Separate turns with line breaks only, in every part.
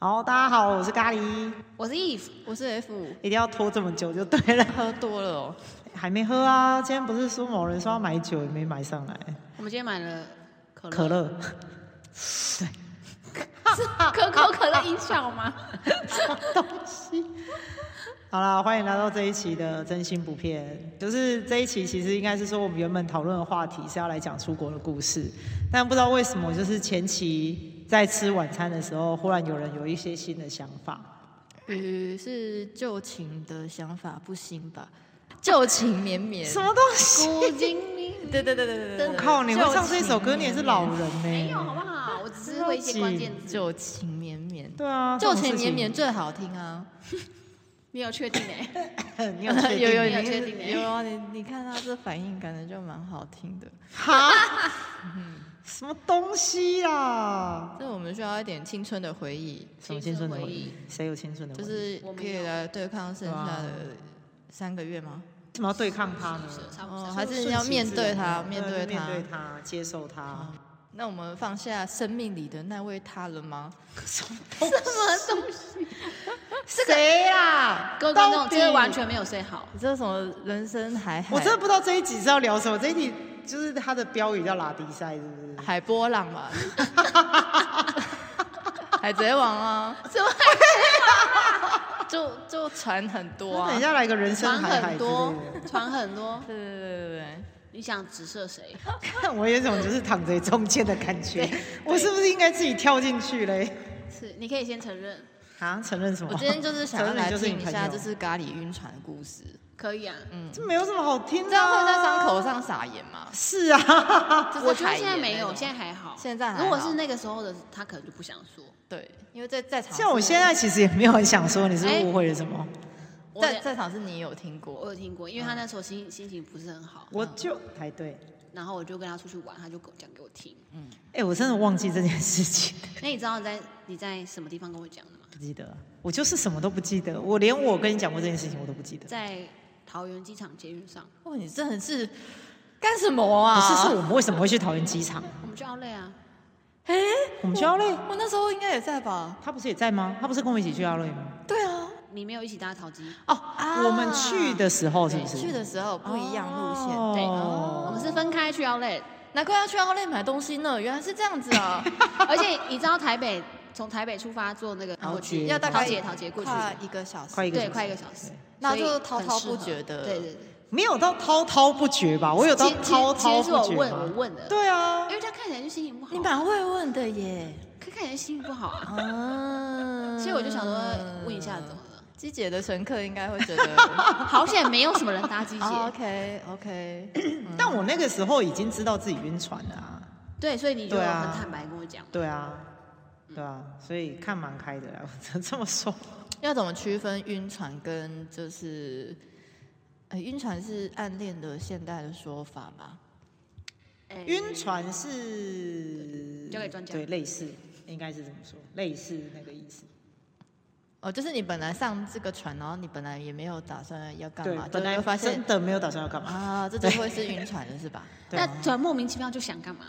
好，大家好，我是咖喱，
我是 Eve，我是 F，
一定要拖这么久就对了，
喝多了哦。
还没喝啊。今天不是说某人说要买酒，也没买上来，
我们今天买了可乐，
可乐。
是可口可乐音效吗？
东西。好啦，欢迎来到这一期的真心不骗。就是这一期其实应该是说我们原本讨论的话题是要来讲出国的故事，但不知道为什么就是前期在吃晚餐的时候，忽然有人有一些新的想法。
于呃是旧情的想法不行吧？旧情绵绵，
什么东西？
嗯古今明
对对对对对对，
我靠，你会唱这首歌，你也是老人呢、
没有好不好？ 我只是会一些关键 字，
旧情绵绵，
对啊，
旧
这种
情
事情
绵绵，最好听啊！
你有确定哎？
你 有确定
有有
你有
你
确定没
有啊！你你看他这反应，感觉就蛮好听的。
哈？ 什么东西啊？
这我们需要一点青春的回忆，
什么青春的回忆
青春？
谁有青春的回
就
忆？
是
我没
可以
有
来对抗剩下的三个月吗？
为什么要对抗它呢？
差不
哦
多，，
还
顺
是
其
要
自
面对
然
他，
啊
面对
面
他哦
对。它，接受它。
那我们放下生命里的那位他了吗？
什么东西？
谁啦？
各位观众，
到底
这个完全没有睡好。
你这是什么人生海海？
我真的不知道这一集是要聊什么。这一集就是它的标语叫“拉迪赛”，是不是？
海波浪 嘛，海贼王啊，
什么？
就就船很多
那
啊。
等一下来个人生
船
海海
很
之类
多
的。，
船很多。
对，对对对对
你想直射谁？
看 我有一种就是躺在中间的感 觉，我是不是应该自己跳进去嘞？
是，你可以先承认，
啊，承认什么？
我今天就是想要
承认你
来
就是
听
你
一
朋
下，
友
就是咖喱晕船的故事。
可以啊。
嗯
这没有什么好听
这
的、
样
啊。
会在伤口上撒盐吗？
是啊，
就是
我觉得
海
现在
盐
没
那
有，
种
现在还好。
现在还好
如果是那个时候的，他可能就不想说。
对，因为在在场是
像我现在其实也没有很想说你是不是误会了什么，
哎我
在在场是你有听
我
过，
有听过，因为
嗯
他那时候心心情不是很好，
我就哎排队。
然后我就跟他出去玩，他就跟我讲给我听。
哎、我真的忘记这件事情，
那你知道你在你在什么地方跟我讲的吗？
不记得，我就是什么都不记得，我连我跟你讲过这件事情我都不记得。
在桃园机场捷运上，
哇，你真的是干什么
不
啊？
是，是我们为什么会去桃园机场？
我们去奥莱啊，
哎，
我们去奥
我
瑞，
我那时候应该也在吧？
他不是也在吗？他不是跟我一起去奥瑞吗？
对啊，
你没有一起搭桃机，
哦，
啊
我们去的时候是不
啊
是？
去的时候不一样路线，
哦
对我们是分开去奥莱，
难怪要去奥莱买东西呢，原来是这样子 啊！
而且你知道台北从台北出发坐那个
桃
过去
捷
要大
桃
概
捷桃捷过去，
快一个小时，
快一个小
对，
时
快一个小时，
那
所以
就滔滔
很适合
不绝的
对对对，
没有到滔滔不绝吧？哦我有到
其实
滔滔
其实是
不
我
绝
问
吗
我问的，
对啊
因，为他看起来就心情不好，
你蛮会问 的耶，
他看起来心情不好啊，
啊！
所以我就想说问一下怎么 了。
机姐的乘客应该会觉得
好险没有什么人 搭机
哦
姐，
，OK OK，
但我那个时候已经知道自己晕船了啊。
对，所以你就
对
很
啊
坦白跟我讲，
对啊，
嗯
对啊，所以看蛮开的啦。 我只能这么说，
要怎么区分晕船跟就是，呃，晕船是暗恋的现代的说法吧？
哎
晕船是
交给专家
对，类似应该是这么说，类似那个意思。
哦，就是你本来上这个船，然后你本来也没有打算要干
对
嘛，，
本
就
来
会发现
真的没有打算要干嘛，
啊，这就会是晕船了，是吧？
对
那
啊，嗯
突然莫名其妙就想干嘛？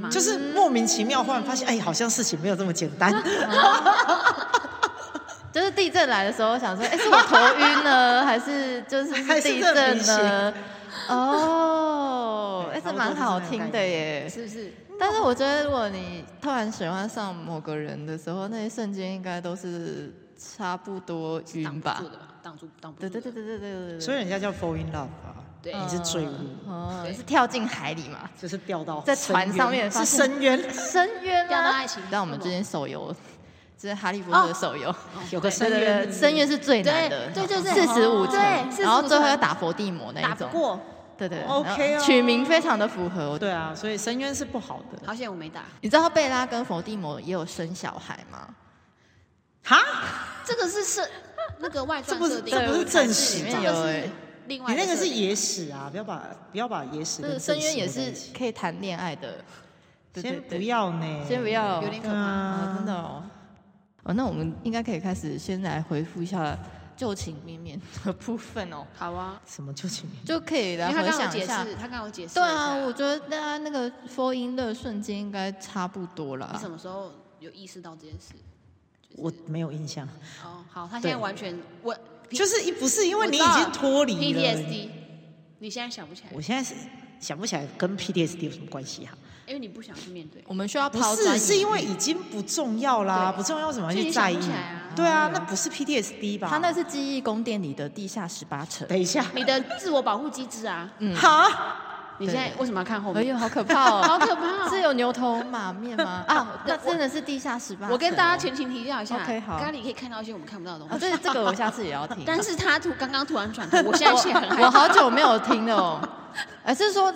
嘛
就是莫名其妙忽然发现，哎，好像事情没有这么简单。
就是地震来的时候，想说，哎、是我头晕了，还是就是
还是
地
这很
震
明
呢？哦，哎、
对
这蛮好听的耶。
是不是？
但是我觉得，如果你突然喜欢上某个人的时候，那一瞬间应该都是差不多
挡
晕
不
吧
住？的吧？挡住，挡不住的。
对对对对对对对对。
所以
以
人家叫 fall in love 啊，
对啊
你是坠入，
哦，
对
是跳进海里嘛？
就是掉到
在
深渊
船上面
是
发现
深渊，
深渊
掉到
吗？
爱情。
但我们之间手游，就是哈利波特的手游。
哦
有个深
对对
渊
对，，深渊是最难的，
对对对
四十五层
对45，
然后最后要打伏地魔那
打
一
不
种，
过，
对对对
哦，OK
然后呃
哦
取名非常的符合。我
对啊，所以深渊是不好的。
好险我没打。
你知道贝拉跟伏地魔也有生小孩吗？
哈，
这个是设那个外
这
传
不
设
是
定，
这不是正史
里
吧
面
这
有
个
哎
是，另外
你
的
那个
设
是
定
野史啊，不要把不要把野史
就是
跟
深渊
正史
也
混在
是
一起
可以谈恋爱的。对
先
对
不
对，
要呢，
先不要
有点可怕。
啊，
啊，
真的哦。哦，那我们应该可以开始，先来回复一下旧情绵绵的部分哦，
好啊，
什么就请
就可以
因
来
为他刚
回
刚有
想
解
一下。
释，他刚刚有解释
对
了一
啊
下。，
我觉得大家那个 f 音的瞬间应该差不多啦啊
你。什么时候有意识到这件事？
我没有印象，
哦，好，他现
对
在完全我
就是一不是因为
我
你
知
已
道
经脱离了。
PTSD，你现在想不起来，
我现在是想不起来跟 PTSD 有什么关系哈、啊
因为你不想去面对。
我们需要抛
不
砖
是，
引
是因为已经不重要啦，
对
不重要为什么要
就
去
你
在
想
意
不起来？啊
对啊，那不是 PTSD 吧？
他那是记忆宫殿里的地下十八层。
等一下，
你的自我保护机制啊，
好，
你现在为什么要看后
哎
面？
呦，好可怕哦！
好可怕哦
是有牛头马面 吗？啊，那真的是地下十八层哦。
我跟大家 前情提要一下
OK，好
咖喱可以看到一些我们看不到的东
啊，
西。
这这个我下次也要听。
但是他突刚刚突然转头， 我现在是很害
我
怕。哦
好久没有听 了哦，而是说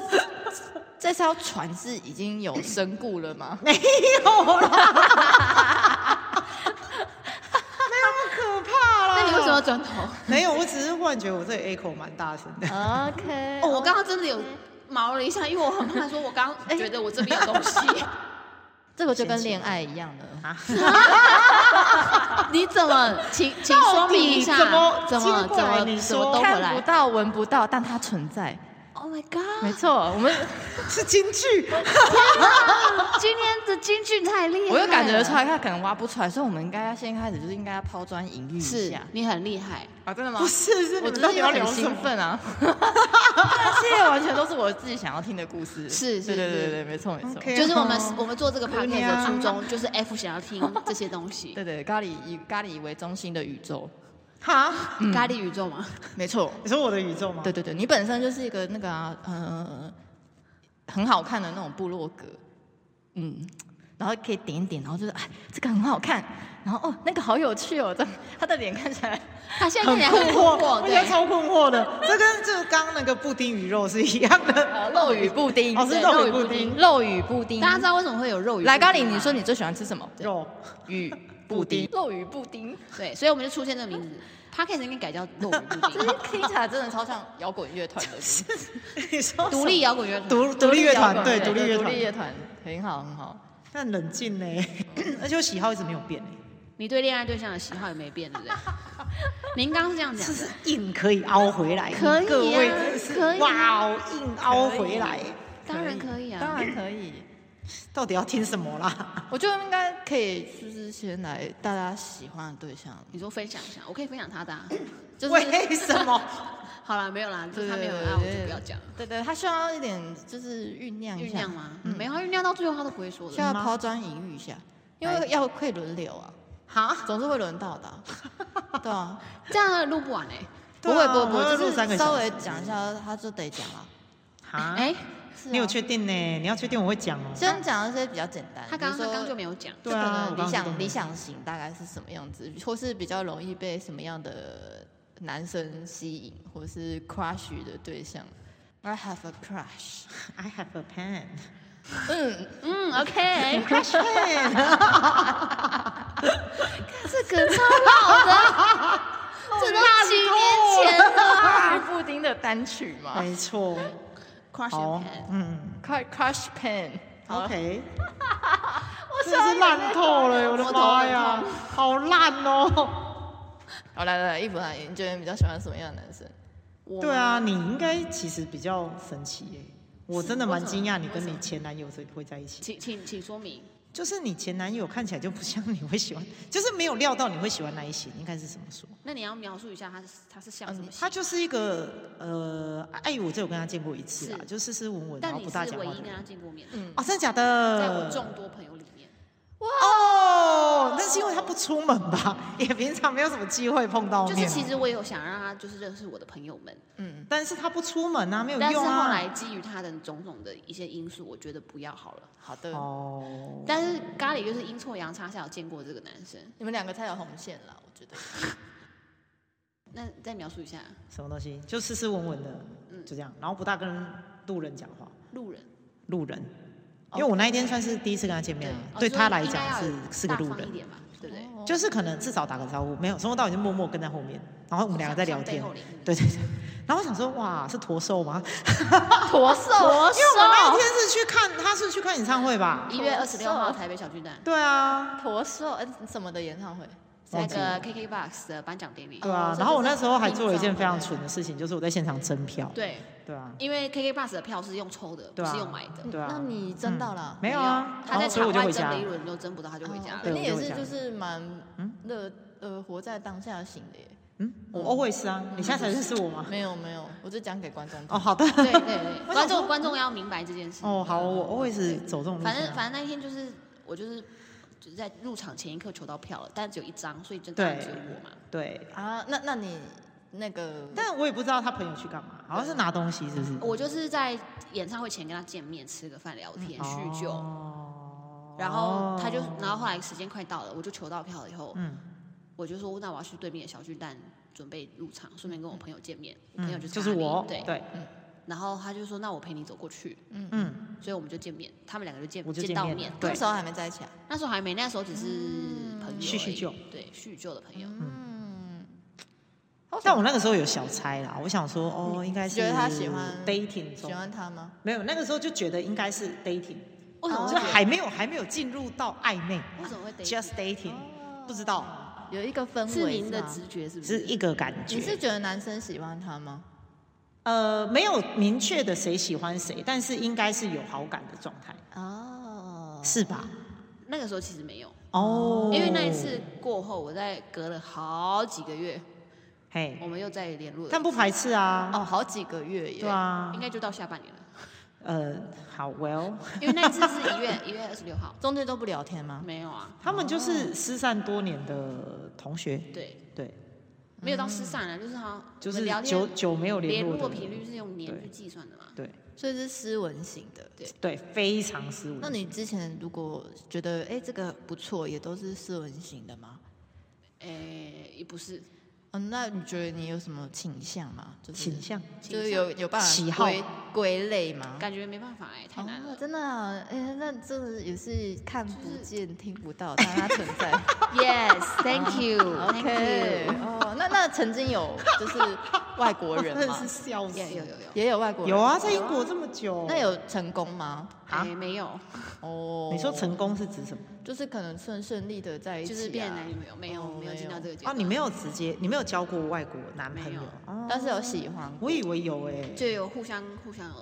这艘船是已经有身故了 吗？
没有啦，没有那么可怕啦。
那你为什么转头？哦
没有？我只是忽然觉得我这里 echo 蛮大声的。
OK，
哦，我刚刚真的有毛了一下，因为我很怕说，我刚刚觉得我这边有东 西。
这个就跟恋爱一样的，
啊哎你怎么，请请说明一下，
到底怎
怎
么接
么怎
过来
么
你
怎
说
么都回
看不
来
到、闻不到，但它存在。
？Oh my
没
god！
错，我们
是京剧，
今天的京剧太厉害了，
我又感觉得出来，它可能挖不出来，所以我们应该要先开始就是应该要抛砖引玉一
是
下
你很厉害。
啊，真的吗
不是是你
我
们
只
到
是
底
因
要
为
聊
很
什
兴
么？
奋 啊！这些啊完全都是我自己想要听的故事。
是是
对对
是
对对，没错没错。
OK
就是我们
好
我们做这个
姑娘
podcast 的初衷，就是 F 想要听这些东西，
对对，咖喱以咖喱为中心的宇宙，
哈，
咖喱宇宙嘛。
没错。
你说我的宇宙吗？
对对对，你本身就是一个那个啊，呃，很好看的那种部落格，嗯，然后可以点一点，然后就是哎，这个很好看，然后哦，那个好有趣哦，这他的脸看起来，
他现在看
很
起来
困
很
惑，
困
我
惑，
觉得
对，
超困惑的。这跟这刚刚那个布丁鱼肉是一样的。
呃，肉与布丁，
哦是
对
肉与
与
布丁
丁，肉与布丁。
大家知道为什么会有肉宇？
来咖喱，你说你最喜欢吃什么？
肉
与布丁，肉与布丁，
对，所以我们就出现这个名字，podcast 应该改叫肉宇布
这
丁，
听起来真的超像摇滚乐团 的名字，
你说
独立摇滚乐团。
独独立乐团，
摇滚
对独立乐
独
团
立，乐团很好很好。
但冷静呢， 而且我喜好一直没有变呢，
你对恋爱对象的喜好也没变，对不对？您刚刚是这样讲
就
的，
是硬可以凹回来，
可以啊
各位真的是
可以啊
哇哦，硬凹回来，
当然可以啊
当。然可以。
到底要听什么啦？
我觉得应该可以，就是先来大家喜欢的对象，
你说分享一下，我可以分享他的、啊。
就是
为什么？
好啦，没有啦，就是他没有爱，我就不要讲。。
对对对对，他需要一点就是酝酿一
酝
下
酿，吗？没有，他酝酿到最后他都不会说
需
的。
要抛砖引玉一下，
嗯
因为要可以轮流啊，
哈，
总是会轮 到的啊、对啊，
这样录不完哎、
不
对
会
啊
不会不
我要
会，
录
就
三个
是
小时
稍微讲一下，他就得讲了。
哈，
哎、
是啊
你有确定呢？你要确定我会讲哦。
先讲一些比较简单，
他刚刚他
比如说
刚刚就没有讲。
对啊，
这
我刚
个理
刚都
想
没
理想型大概是什么样子，或是比较容易被什么样的男生吸引，或是 crush 的对象。I have a crush。
I have a pen，
嗯，
嗯，OK，
这个超
好的， 这都几年前了。
啊，布丁的单曲
啊
嘛
没 错。
Crush
好
your head，
嗯
，Crush Crush Pen。好，
，OK。真的是烂透了，我的妈呀，好烂 哦！
好来来来，衣服来，你觉得比较喜欢什么样的男生？
我
对啊，你应该其实比较神奇耶，我真的蛮惊讶你跟你前男友会在一起，
请请请说明。
就是你前男友看起来就不像你会喜欢， 就是没有料到你会喜欢那一型，应该是怎么说？
那你要描述一下他是他是像
嗯
哦
什么
你
型？
他就是一个呃，哎，我这有跟他见过一次啦，
是
就斯斯文文，然
但
后
你
不
是
大讲
唯
话
一
的
跟
人。
他见过面的，
哦，真的假
在我
的？
众多朋友里面，
哦，那是因为他不出门吧， 也平常没有什么机会碰到
就
呃面。啊
是其实我也有想让他就是认识我的朋友们，
嗯，
但是他不出门啊，没有用啊。
但是后来基于他的种种的一些因素，我觉得不要好了。
好的，
哦，
但是咖喱就是阴错阳差下有见过这个男生，
你们两个太有红线了，我觉
哦
得。
那再描述一下
什么东西？就斯斯文文的，
嗯
就这样，然后不大跟路人讲话，
路人，
路人。因为我那一天算是第一次跟他见面，
哦
对
就是
他来
应该
讲
要
是是个路
大方
人
一，点吧，对不对？
哦
就是可能至少打个招呼，没有从头到尾就默默跟在后面，然后我们两个在聊天
像背后，领
对对对。然后我想说，哇，是驼兽吗？
驼兽，
因
驼
为我们那一天是去看，他是去看演唱会吧？
一月二十六号台北小巨蛋，
对啊，
驼兽，嗯，什么的演唱会？
在
忘
那
记了
个 KKBOX 的颁奖典礼。
对啊
哦，
然后我那时候还做了一件非常
这是
蠢的事情，就是我在现场征票。
对，
对啊，
因为 KKBOX 的票是用抽的，
对
不
啊
是用买的。
对啊
那你真到了？
没有啊，
他在
然后所以
场
我就
外
回
争
家
了一
了。
轮之后争不到，他就回家
哦
对
了。
那也
我就回
是
家
就是蛮
嗯
乐呃活在当下型的耶。
嗯，我 always 啊，你现在才认识我吗？
没有没有，我就讲给观众听。
哦，好的。
对对对，
我想
观
说
众观众要明白这件事。
哦，好，我 always 走这种路线啊。
反正反正那一天就是我就是就是在入场前一刻求到票了，但只有一张，所以就当然
对
只有我嘛。
对，
啊，那那你那个
但我也不知道他朋友去干嘛，好像是拿东西，是不是？
我就是在演唱会前跟他见面，吃个饭，聊天叙旧，
哦
然后他就，然后后来时间快到了，我就求到票了以后，
嗯，
我就说那我要去对面的小巨蛋准备入场，顺便跟我朋友见面，我朋友
嗯，
就是
就是
阿妮
我，
对，
对，
然后他就说那我陪你走过去，
嗯，
所以我们就见面，他们两个就见
我就见
到
面
面
了，
那
对嗯
时候还没在一起啊？
那时候还没，那时候只是朋友而已，
叙叙旧
对叙旧的朋友，
嗯，
但我那个时候有小猜啦，我想说，哦，应该是
觉得他喜欢
dating 中
喜，欢他吗？
没有，那个时候就觉得应该是 dating，
为什么
哦
会
就
觉得
还没有还没有进入到暧昧
为什么会得
，just dating，不
哦
知道
有一个氛围
是您的
吗
直觉是不
是
是？
一个感
你是
觉，
觉得男生喜欢他吗？
呃，没有明确的谁喜欢谁，但是应该是有好感的状态，
哦，
是吧？
那个时候其实没有，
哦，
因为那一次过后，我在隔了好几个月，
嘿，
我们又再联络了，
但不排斥啊，
哦，好几个月耶。
对啊
应，该就到下半年了，
呃，好，Well，
因为那一次是一月一月二十六号，
中间都不聊天吗？
没有啊，
他们就是失散多年的同学，
对，
对，
没有到失散啊了，就是好像
就
我
是
们聊
久
天
久没有
联
络
络
的
频率是用年
对
去计算的嘛，
对
所以是斯文型的。
对
对，非常失误。
那你之前如果觉得哎、这个不错，也都是斯文型的吗？
诶，也不是，
嗯，那你觉得你有什么倾向吗？就是
倾向
就是有有办
喜
法
好
归归类吗？
感觉没办法哎，太难
哦
了，，
真的、啊，哎、那这个也是看不
就是
见、听不到，但它存 在。
Yes，Thank you，Thank
OK，
you。
哦，那那曾经有就是外国 人
真的
吗
是？笑死
有。有有有，
也有外国人，
有啊，在英国这么久，
那有成功吗？
啊
哎，没有，
哦，
你说成功是指什么？
就是可能顺顺利的在一起、啊，
就是变男女朋友，没有
哦
没有进到这个阶
哦，
段。
你没有直接，你没有交过外国男朋
没
友
有，
哦
但是有喜欢
我以为有欸诶，
就有互相互相有，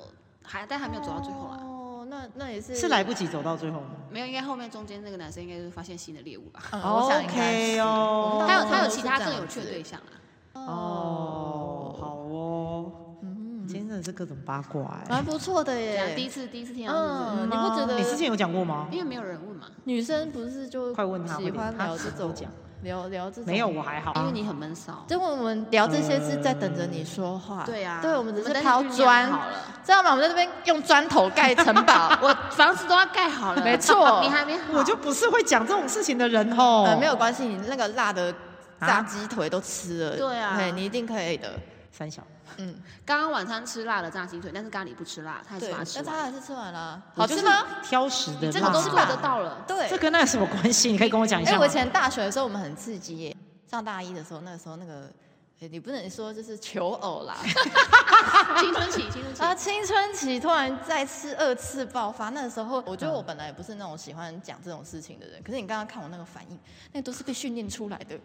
还但还没有走到最后啊啦。
哦，那那也是
是来不及走到最后吗？
没有，应该后面中间那个男生应该就是发现新的猎物吧。
嗯
哦
我想应该
OK
是
哦
我们
他
大
有
部
他
分
有
都
其
是
他
这
更
样
有趣的
子
对象啊。
哦，好哦，嗯，今天真的是各种八卦哎。
蛮不错的
对啊，第一
耶。
次第一次听到是
嗯
呃不
你不觉得
你之前有讲过吗
是？？因为没有人问嘛，
女生不是就
快问他
喜
快
欢
点他
聊这
死不
种
讲
聊聊这种
没有，我还好。
因为你很闷骚。
结果我们聊这些是在等着
嗯
你说话。
对啊，
对，我们只是
等你
抛
酝酿
砖，
好了，。
知道吗？我们在这边用砖头盖城堡
我房子都要盖好了，
没错
你还没好，
我就不是会讲这种事情的人哦。
呃，没有关系，你那个辣的
啊
炸鸡腿都吃了，
对啊
对你一定可以的。
三小，
嗯，
刚刚晚餐吃辣的炸鸡腿，但是咖喱不吃辣，他还是
对
把它，吃
但他
完。
还是吃完了，
我
好
就是
吃吗？
挑食的
啊这
辣
个都
是
做
吧
得到了，
对，
这跟那有什么关系？你可以跟我讲一
哎、
下吗
我以前大学的时候，我们很刺激耶。上大一的时候，那个时候那个，哎你不能说就是求偶啦，
青春期，青春期。
啊，青春期突然再次二次爆发。那个时候，我觉得我本来不是那种喜欢讲这种事情的人，可是你刚刚看我那个反应，那都是被训练出来的，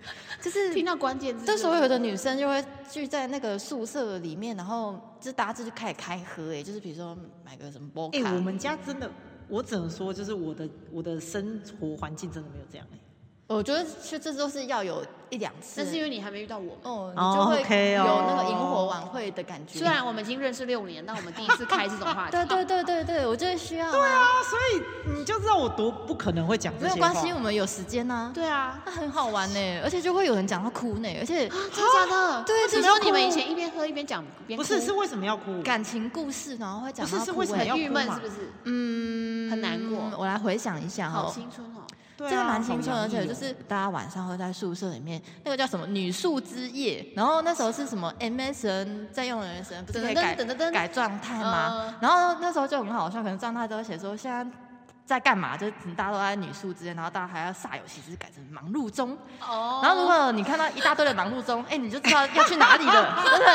就是
听到关键字，
这所有的女生就会聚在那个宿舍里面，然后就大家就开始开喝，哎，就是比如说买个什么波卡、
哎、我们家真的，我只能说，就是我的我的生活环境真的没有这样、哎
我觉得这这都是要有一两次，
但是因为你还没遇到我们。
哦，你
哦
就会
OK
有
哦
那个萤火晚会的感觉。
虽然我们已经认识六年，但我们第一次开这种话题。
对对对对对，我觉得需要、啊。对
啊，所以你就知道我多不可能会讲这
没
些
有
话。
关系，我们有时间呐、
对啊，
那很好玩呢、而且就会有人讲到哭呢、而
真
且
的假的？
啊对
是
怎么
说
哭
你们以前一边喝一边讲，边
不是
哭
是为什么要哭？
感情故事，然后会讲到、
不
哭
是是为什么
欸
要
很
哭
郁闷
嘛
是不是？
嗯
很难过
我来回想一下哈、
好青春哦，
对啊，
真的蛮青春，
好
而
压抑哦
且就是大家晚上会在宿舍里面，那个叫什么女宿之夜，然后那时候是什么 MSN 在用的 MSN 不是可以改
噔噔噔噔噔
改状态吗
嗯？
然后那时候就很好笑，可能状态都会写说现在。在干嘛，就是大家都在女宿之间，然后大家还要煞有其事改成忙碌中。
哦
然后如果你看到一大堆的忙碌中，哎、 你就知道要去哪里了， 对不对？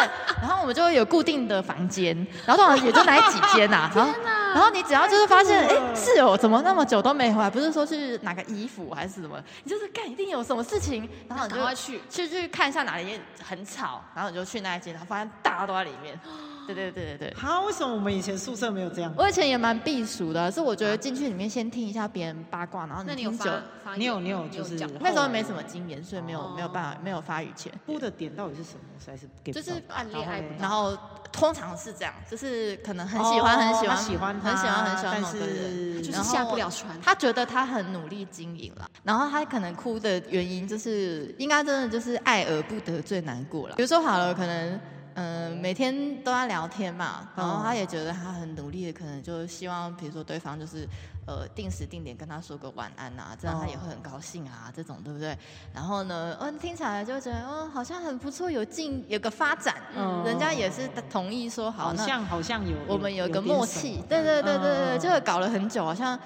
然后我们就会有固定的房间，然后通常也就那几 间呐、啊。然后，然后你只要就是发现，哎、室友怎么那么久都没回来？不是说去拿个衣服还是什么？你就是干一定有什么事情，然
那
后你
赶
就
快去，
去去看一下哪里很吵，然后你就去那一间，然后发现大家都在里面。 对对对对对。
哈，为什么我们以前宿舍没有这样？
我以前也蛮避暑的，是我觉得进去里面先听一下别人八卦，然后
那你有
听
发哦
久，
发言
你有
吗
你有就是
讲
那时候没什么经验，所以没有、
哦
没有办法没有发语权。
哭的点到底是什么？我实在是 get 不
就
到
是
暗恋爱不
然
到
然后通常是这样，就是可能很喜欢、
哦
很喜
他
欢
喜欢他
很喜欢很喜欢
但
某个人，
是
就是
然后
下不了船
他觉得他很努力经营了，然后他可能哭的原因就是，应该真的就是爱而不得最难过了。比如说好了，可能。嗯、每天都在聊天嘛，然后他也觉得他很努力的，可能就希望，比如说对方就是，呃，定时定点跟他说个晚安啊，这样他也会很高兴啊，这种对不对？然后呢，嗯、听起来就觉得，哦，好像很不错，有进有个发展，
嗯
人家也是同意说好，
好
那
像好像有
我们有一个
点
默
什么
契，对对对对对，
嗯
就是搞了很久，好像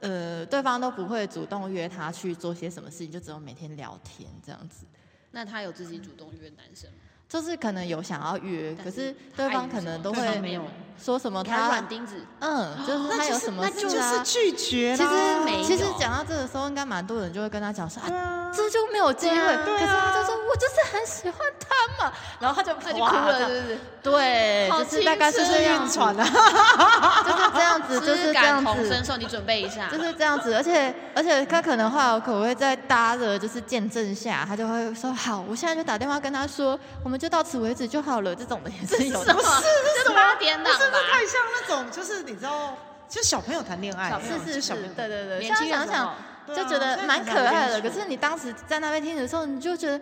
呃对方都不会主动约他去做些什么事情，就只有每天聊天这样子。
那他有自己主动约男生吗？
就是可能有想要约，
但
可
是
是
他
对
爱
方
你
可
什
能
么
都
对
方
会
没有
说什么
给他
他
软钉子，
嗯，就是他有什么
就
事
是
啊。
拒绝
其实
啦，
没
其实
有
讲到这个时候，应该蛮多人就会跟他讲说啊
对，啊，
这就没有机会。
对啊对
可是他
啊
就说我就是很喜欢他嘛，然后他就
他就哭
哇
了，
这
对不
样
对？
对，
好
就是大概是
青
这
春
样
晕
子，
船啊，
就是这样子，就是
知
这样
感
子。
同身受，你准备一下，
就是这样子，而且而且他可能后来我可能会在搭的就是见证下，他就会说好，我现在就打电话跟他说，我们就到此为止就好了，这种的也是有
什
的
么？。这是八点档
是不是
吧？
太像那种就是你知道，就小朋友谈恋爱，
小
你知
朋
道吗
友
是
就是
是
小朋友，
对对对，
年
现在
轻
想
人
想
对啊
就觉得蛮可爱的，可是你当时在那边听的时候，你就觉得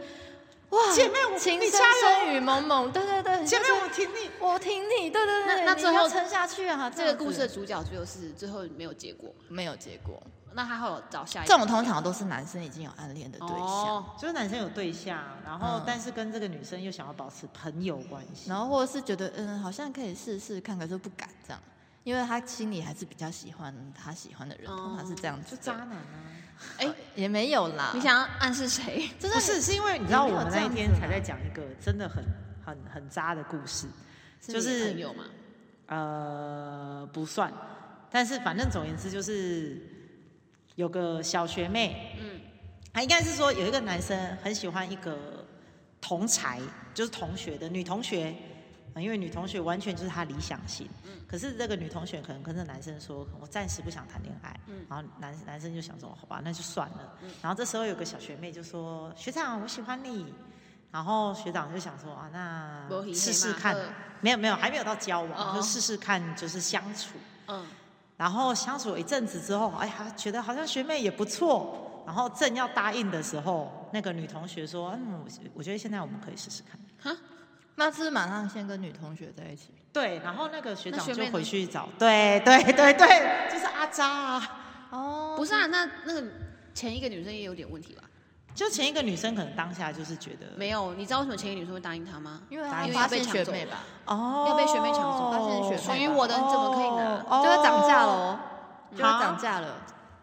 哇，
姐妹我
情
你加
深
油
深雨蒙蒙，对对对，
前面
就是
我挺你，
我挺你，对对对，
那那
你
最后
要撑下去啊，
这
样
个
子
故事的主角就是最后没有结果嘛？
没有结果，
那他还有找下一
这种通常都是男生已经有暗恋的对象。
哦，
就是男生有对象，然后
嗯
但是跟这个女生又想要保持朋友关系，
然后或者是觉得嗯，好像可以试试看，可是不敢这样，因为他心里还是比较喜欢他喜欢的人，通常是这样子
就
的。
渣男啊。
哎，
也没有啦，
你想要暗示谁？
就是
不是，是因为你知道我
也没有
们
这
那
样
一
子啊
天才
啦
在讲一个真的很很很渣的故事，就
你的
是
朋友嘛，
呃，不算，但是反正总而言之就是有个小学妹，嗯，她应该是说有一个男生很喜欢一个同才，就是同学的女同学，呃因为女同学完全就是她理想型，嗯，可是这个女同学可能跟这男生说，我暂时不想谈恋爱，嗯，然后男男生就想说，好吧，那就算了，然后这时候有个小学妹就说，学长，我喜欢你。然后学长就想说啊，那
没戏
试
嘛
试看
呃，
啊
没有没有，还没有到交往，
哦
就试试看，就是相处。
嗯，
然后相处一阵子之后，哎呀，觉得好像学妹也不错。然后正要答应的时候，那个女同学说：“嗯，我我觉得现在我们可以试试看。
那是马上先跟女同学在一起，”
对，然后那个学长
那学
就
妹呢
回去找，对对对对，就是阿渣啊。
哦
不是啊，那那个前一个女生也有点问题吧？
就前一个女生可能当下就是觉得
没有，你知道为什么前一个女生会答应他吗？
因为
答
他
应
发现学妹吧，
哦，
要被学妹抢走
发现学妹
属于我的你怎么可以拿？
哦
就会涨价喽，就会
好
涨价了。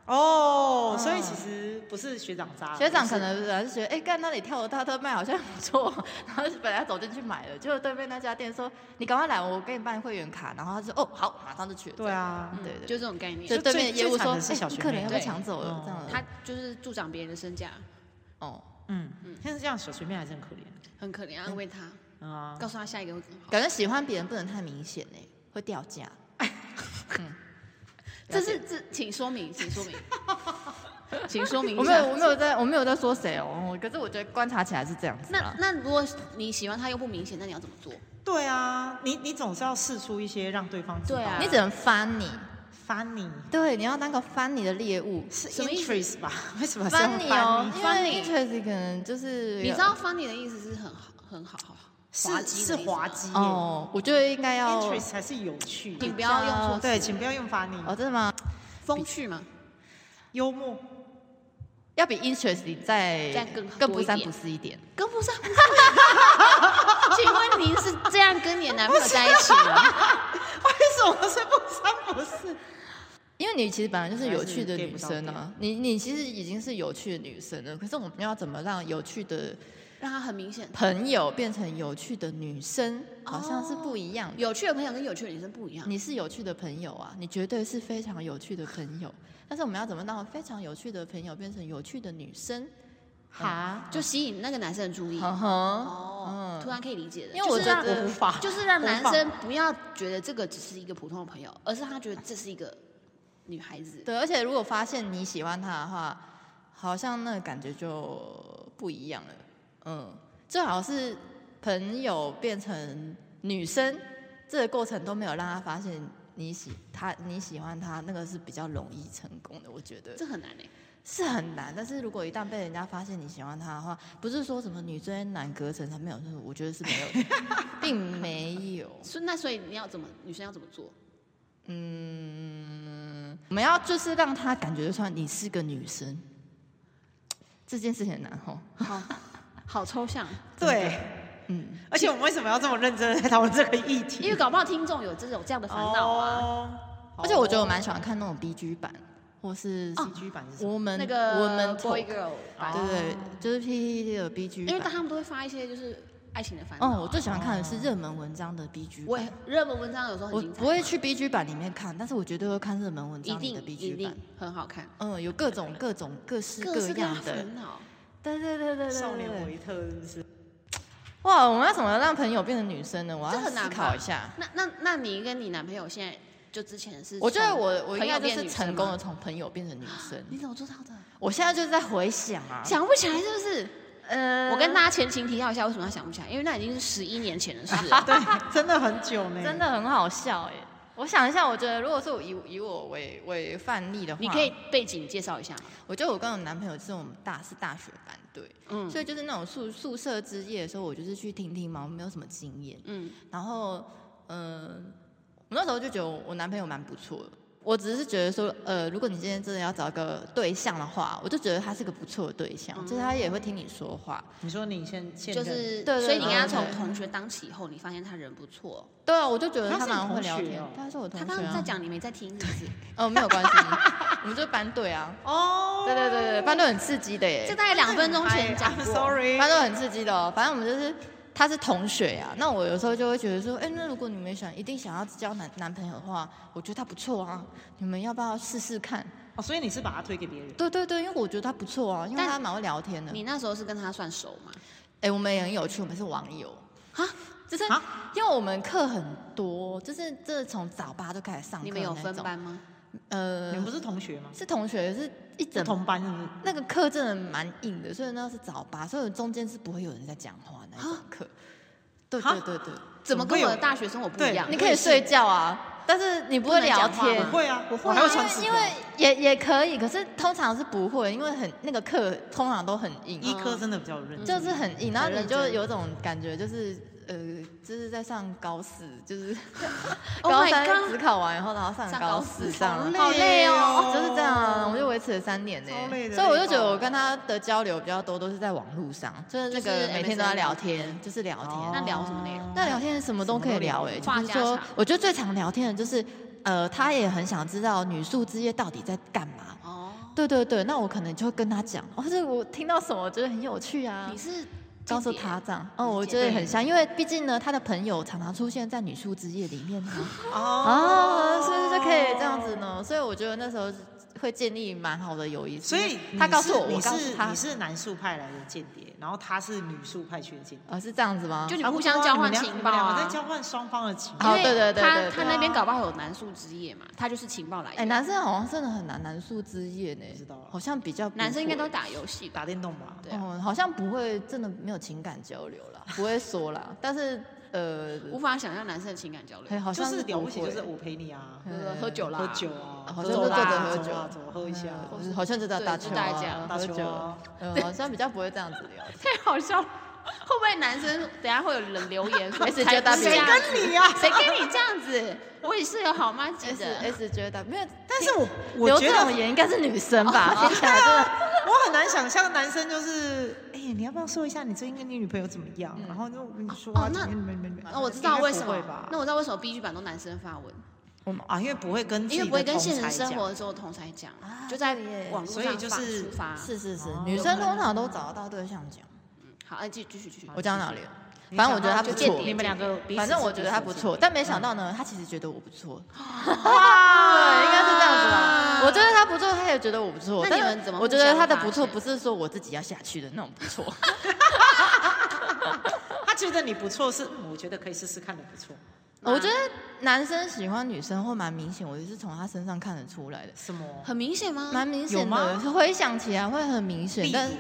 哦，
嗯
所以其实不是学长渣，
学长
是
可能本来是觉得，哎，干那里跳楼大特卖好像不错，然后本来要走进去买了，结果对面那家店说，你赶快来，我给你办会员卡，然后他说，哦，好，马上就去了。
对啊，
嗯
对对
就这种概
就
念。
就
对面
最
业务
最惨
说，
的是
哎
小
你
学
客
妹
人要被
对
抢走了
嗯，
这样
他就是助长别人的身价，
哦，
嗯
嗯，
但是这样小学妹还是很可怜。
很可怜，安慰他，
嗯啊，
告诉他下一个会更好。
感觉喜欢别人不能太明显呢，欸会掉价。
这是这，请说明，请说明，请说明
我
一
没有，
下。
我没有在，我没有在说谁哦。可是我觉得观察起来是这样子啊
那
啦。
那如果你喜欢他又不明显，那你要怎么做？
对啊，你你总是要试出一些让对方知道。
对啊
你只能翻你，
翻你
对，你要当个翻你的猎物，
是
什么意思
interest 吧？ 为什么是
翻
用
你哦，
翻
因
你
为 interest 可能就是
你知道 funny 的意思是很好，很好，好好滑
是
稽
是
的意思吗
滑稽耶
哦，我觉得应该要
，interest 才是有趣的。
请不要用错词，
对，请不要用翻你，
哦，真的吗？
风趣 嘛，
幽默
要比 interest 再
再更
更不
多一
三
点
不四一点。
跟不上。 请问您是这 样跟你的男朋友在一起吗？
为什么是不三不四？
因为你其实本来就是有趣的
还是 get
女
不到
生啊，你你其实已经是有趣的女生了，可是我们要怎么让有趣的
让他很明显，
朋友变成有趣的女生，好像是不一样的。
有趣的朋友跟有趣的女生不一样。
你是有趣的朋友啊，你绝对是非常有趣的朋友。但是我们要怎么让非常有趣的朋友变成有趣的女生？哈，
就吸引那个男生的注意。
呵呵，
哦，
嗯
突然可以理解的，
因为我
就是
觉
让
得无法
就是让
无
男
法
生不要觉得这个只是一个普通的朋友，而是他觉得这是一个女孩子。
对，而且如果发现你喜欢他的话，好像那个感觉就不一样了。嗯，最好是朋友变成女生，这个过程都没有让他发现你喜他你喜欢他，那个是比较容易成功的，我觉得。
这很难哎、
是很难，但是如果一旦被人家发现你喜欢他的话，不是说什么女追男隔层才没有，就是我觉得是没有的， 并没有。
所以那所以你要怎么，女生要怎么做？
我们要就是让他感觉出来你是个女生，这件事情很难吼。
好， 好抽象，
对，
嗯，
而且我们为什么要这么认真的在讨论这个议题？
因为搞不好听众有这种这样的烦恼啊。
哦
而且我觉得我蛮喜欢看那种 B G 版，或是
啊
哦 CG 版是什么？
我们
那个
我们
boy girl 版，
对对，就是 P T T 的 B G
因为
版。
他们都会发一些就是爱情的烦恼啊。
嗯，我最喜欢看的是热门文章的 B G
我
版。
也热门文章有时候
我
很精彩，
不会去 B G 版里面看，但是我绝对会看热门文
一
章里
定
的 B
一
G 版
定。很好看，
嗯，有各种各种各式
各式各样
样
的
的
烦，恼。
对对对对对，
少年
对
维特是不 是？。
哇！我们要怎么让朋友变成女生呢？我
这
要
很难
思
吧
考一下。
那那那你跟你男朋友现在就之前是？
我觉得我我应该
朋友
就
变
是
女生
成功
吗
的从朋友变成女生。
你怎么做到的？
我现在就是在回想啊，
想不起来是不是？
呃
我跟大家前情提要一下，为什么要想不起来？因为那已经是十一年前的事了
对，真的很久呢。
真的很好笑哎、我想一下，我觉得如果是我以以我为为范例的话，
你可以，背景介绍一下吗？
我觉得我跟我男朋友是我们大是大学班队，
嗯
所以就是那种宿宿舍之夜的时候，我就是去听听嘛，我没有什么经验。
嗯，
然后，嗯、我那时候就觉得我男朋友蛮不错的。我只是觉得说，呃，如果你今天真的要找个对象的话，我就觉得他是个不错的对象，就是他也会听你说话。
你说你现现
就
任
是，
对对
所以你跟他
对
从
对
同学当起以后，你发现他人不错，
对啊，我就觉得
他
他
是你
蛮会
同
聊
学
天
哦。
他是我同
他
学、啊。
刚刚在讲，你没在听，是不是？
哦，没有关系，我们就是班队啊。
哦，
对对对对，班队很刺激的耶，
这大概两分钟前讲
哎 I'm
过。
sorry，
班队很刺激的哦。反正我们就是他是同学啊，那我有时候就会觉得说，哎、那如果你们想一定想要交男男朋友的话，我觉得他不错啊，你们要不要试试看？
哦，所以你是把它推给别人，
对对对，因为我觉得他不错啊，因为
但
他蛮会聊天的。
你那时候是跟他算熟吗？
哎、我们也很有趣，我们是网友
啊，
就是
啊
因为我们课很多，就是真的从早八就开始上课，
你们有分？班吗？
你
呃
们，不是同学吗？
是同学，是一
是
整
同班是不是？
那个课真的蛮硬的，所以那是早八，所以中间是不会有人在讲话那一种课。对
哈
对对对，
怎么跟
会有
我的大学生活不一样？
你可以睡觉啊，但是你不会聊
不能讲
天
我
话。
会啊，
我会
我
啊
还会穿西
因为因
装
为。也也可以，可是通常是不会，因为很那个课通常都很硬，
医科真的比较有
嗯
认真，
就是很硬，然后
很
你
认
就
真
有种感觉，就是呃，就是在上高四，就是
Oh
高
my
三
God
只考完以后，然后上
上
高
高
四
四
这样
好
啊，
好累
哦
就是这样啊，我们就维持了三年呢、
超累的
所以我
累
就觉得
爆
我跟他的交流比较多都是在网络上，就是那
就是
个每天都在
MSN
聊天，就是聊天。
哦
那聊什么内容？
那聊天什么都可以聊诶、
什么
就
都
是
聊话
说
家常，
我觉得最常聊天的就是，呃，他也很想知道女宿之夜到底在干嘛。
哦，
对对对，那我可能就会跟他讲，或、哦、者我听到什么我觉得很有趣啊
你，是
告诉他这样。哦，
你是
我
姐
觉得
妹
很像，因为毕竟呢，他的朋友常常出现在女宿之夜里面啊，
哦
啊，所以就可以这样子。呢。所以我觉得那时候会建立蛮好的友谊。
所以
就是
你
他告诉我，
是
我
你
告诉
是
他
你，是男宿派来的间谍，然后他是女宿派去的间谍，
呃，是这样子吗？
就你
啊
们互相交换情报
你们两个
啊
在。交换双方的情
哦
报。
因为
对对对对
他
对
他那边搞不好有男宿之夜嘛，他就是情报来
哎，
源。
男生好像真的很难难宿之夜呢，
知道啊
好像比较不
男生应该
会
都打游戏吧？
打电动吧，
对啊，
嗯，好像不会，真的没有情感交流 啦，不会说啦。但是呃，
无法想象男生的情感交
哎
流。
好
就
像
是了
不
不起就是
会
我陪你啊，
嗯
呃喝酒啦，
喝酒啊，
好像
走
就坐着
啦
喝酒
走啊，走喝一下啊，
嗯好像就在
对
打
就
球
大家
啊，
打
喝
球
酒
啊
啊，嗯，好像比较不会这样子聊。
太好笑了，会不会男生等下会有人留言
SJ
才不是这样
大
跟你啊，
谁跟你这样子？我也是有好妈记
S
得，
S 觉得没有，
但是我
留
我觉
这
得
种言应该是女生吧？听起来真的
我很难想象男生就是，哎、你要不要说一下你最近跟你女朋友怎么样？
嗯
然后就我跟你说啊，
哦那
怎么样怎么样怎么样
那我知道为什
应该
么
不会吧，
那我知道为什么 B G 版都男生发文，
我们
啊，因为不会跟自己
因
的
为不会跟现
同
实
侪
生
讲
活中的同才讲
啊，
就在
对耶
网络
所以
上
就
发
是
抒发。
是是是
哦，
女生通常都找得到对象讲。
好，哎，继继续继续。
我讲到哪里了？
你
反正我
想
觉得
到
他不
就
间
错
谍，
你们两个彼此
反正
是
我
彼
觉得他
此
不
之
错，
间
但没想到呢，他其实觉得我不错。
啊
对，应该是这样子
啊
吧。我觉得他不错，他也觉得我不错。
那你
但
们
是
怎么
我觉得他的不
互
错
相发现
不是说我自己要下去的那种不 错。
他觉得你不错，是嗯我觉得可以试试看的不错。
吗
我觉得男生喜欢女生会蛮明显，我是从他身上看得出来的，
什么？
很明显吗？
蛮明
有
显
吗
的。回想起来会很明显
例，
但
如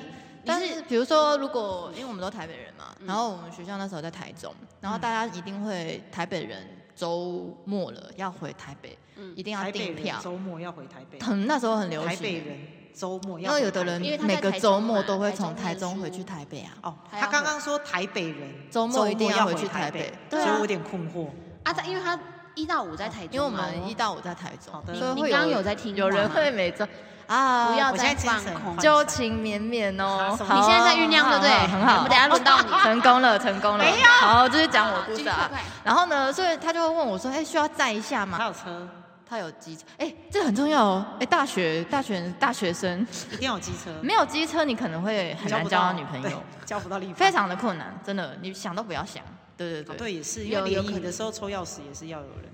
但
你是嗯
是比如说，如果因为我们都台北人嘛，然后我们学校那时候在台中，然后
嗯
大家一定会台北人周末了要回台北，
嗯
一定要
台北
订
人
票。
周末要回台北，
很那时候很流
台北
行，欸
人周末
因
要回台北，
为有的人
因为他在
每个
台中
周末
嘛
都会
台
从
中
台
念
中
书
回去台北啊。
哦，
还要
他刚刚说台北人
周末一定
要
要回去
台
台北
所
对
以
啊
我有点困惑。
啊，他因为他一到五在台中嘛，
因为我们一到五在台中
好，的
你
所以
哦你
会
刚刚
有
有在听吗，
有人会 每周啊，
不要
我
再
现在精
放
神
空
涣。
旧情绵绵哦。
你
好啊
现在在酝酿
好啊
对不对
很好，
我们等一下轮到你
成功了，成功了。
没有
好，就是讲我
好
故
继续
事
快
啊。
快
然后呢，所以他就会问我说：“哎，需要载一下吗
他有车，？”
他有机车，哎，这很重要哦。哎，大学大学大学生
一定要有机车，
没有机车，你可能会很难
不
交
到
到女朋友，，
哦对交不到礼物。
非常的困难，真的，你想都不要想。对对
哦
对。
对，也是因
有
为
有
联
可
谊
能
的时候抽钥匙也是要有人，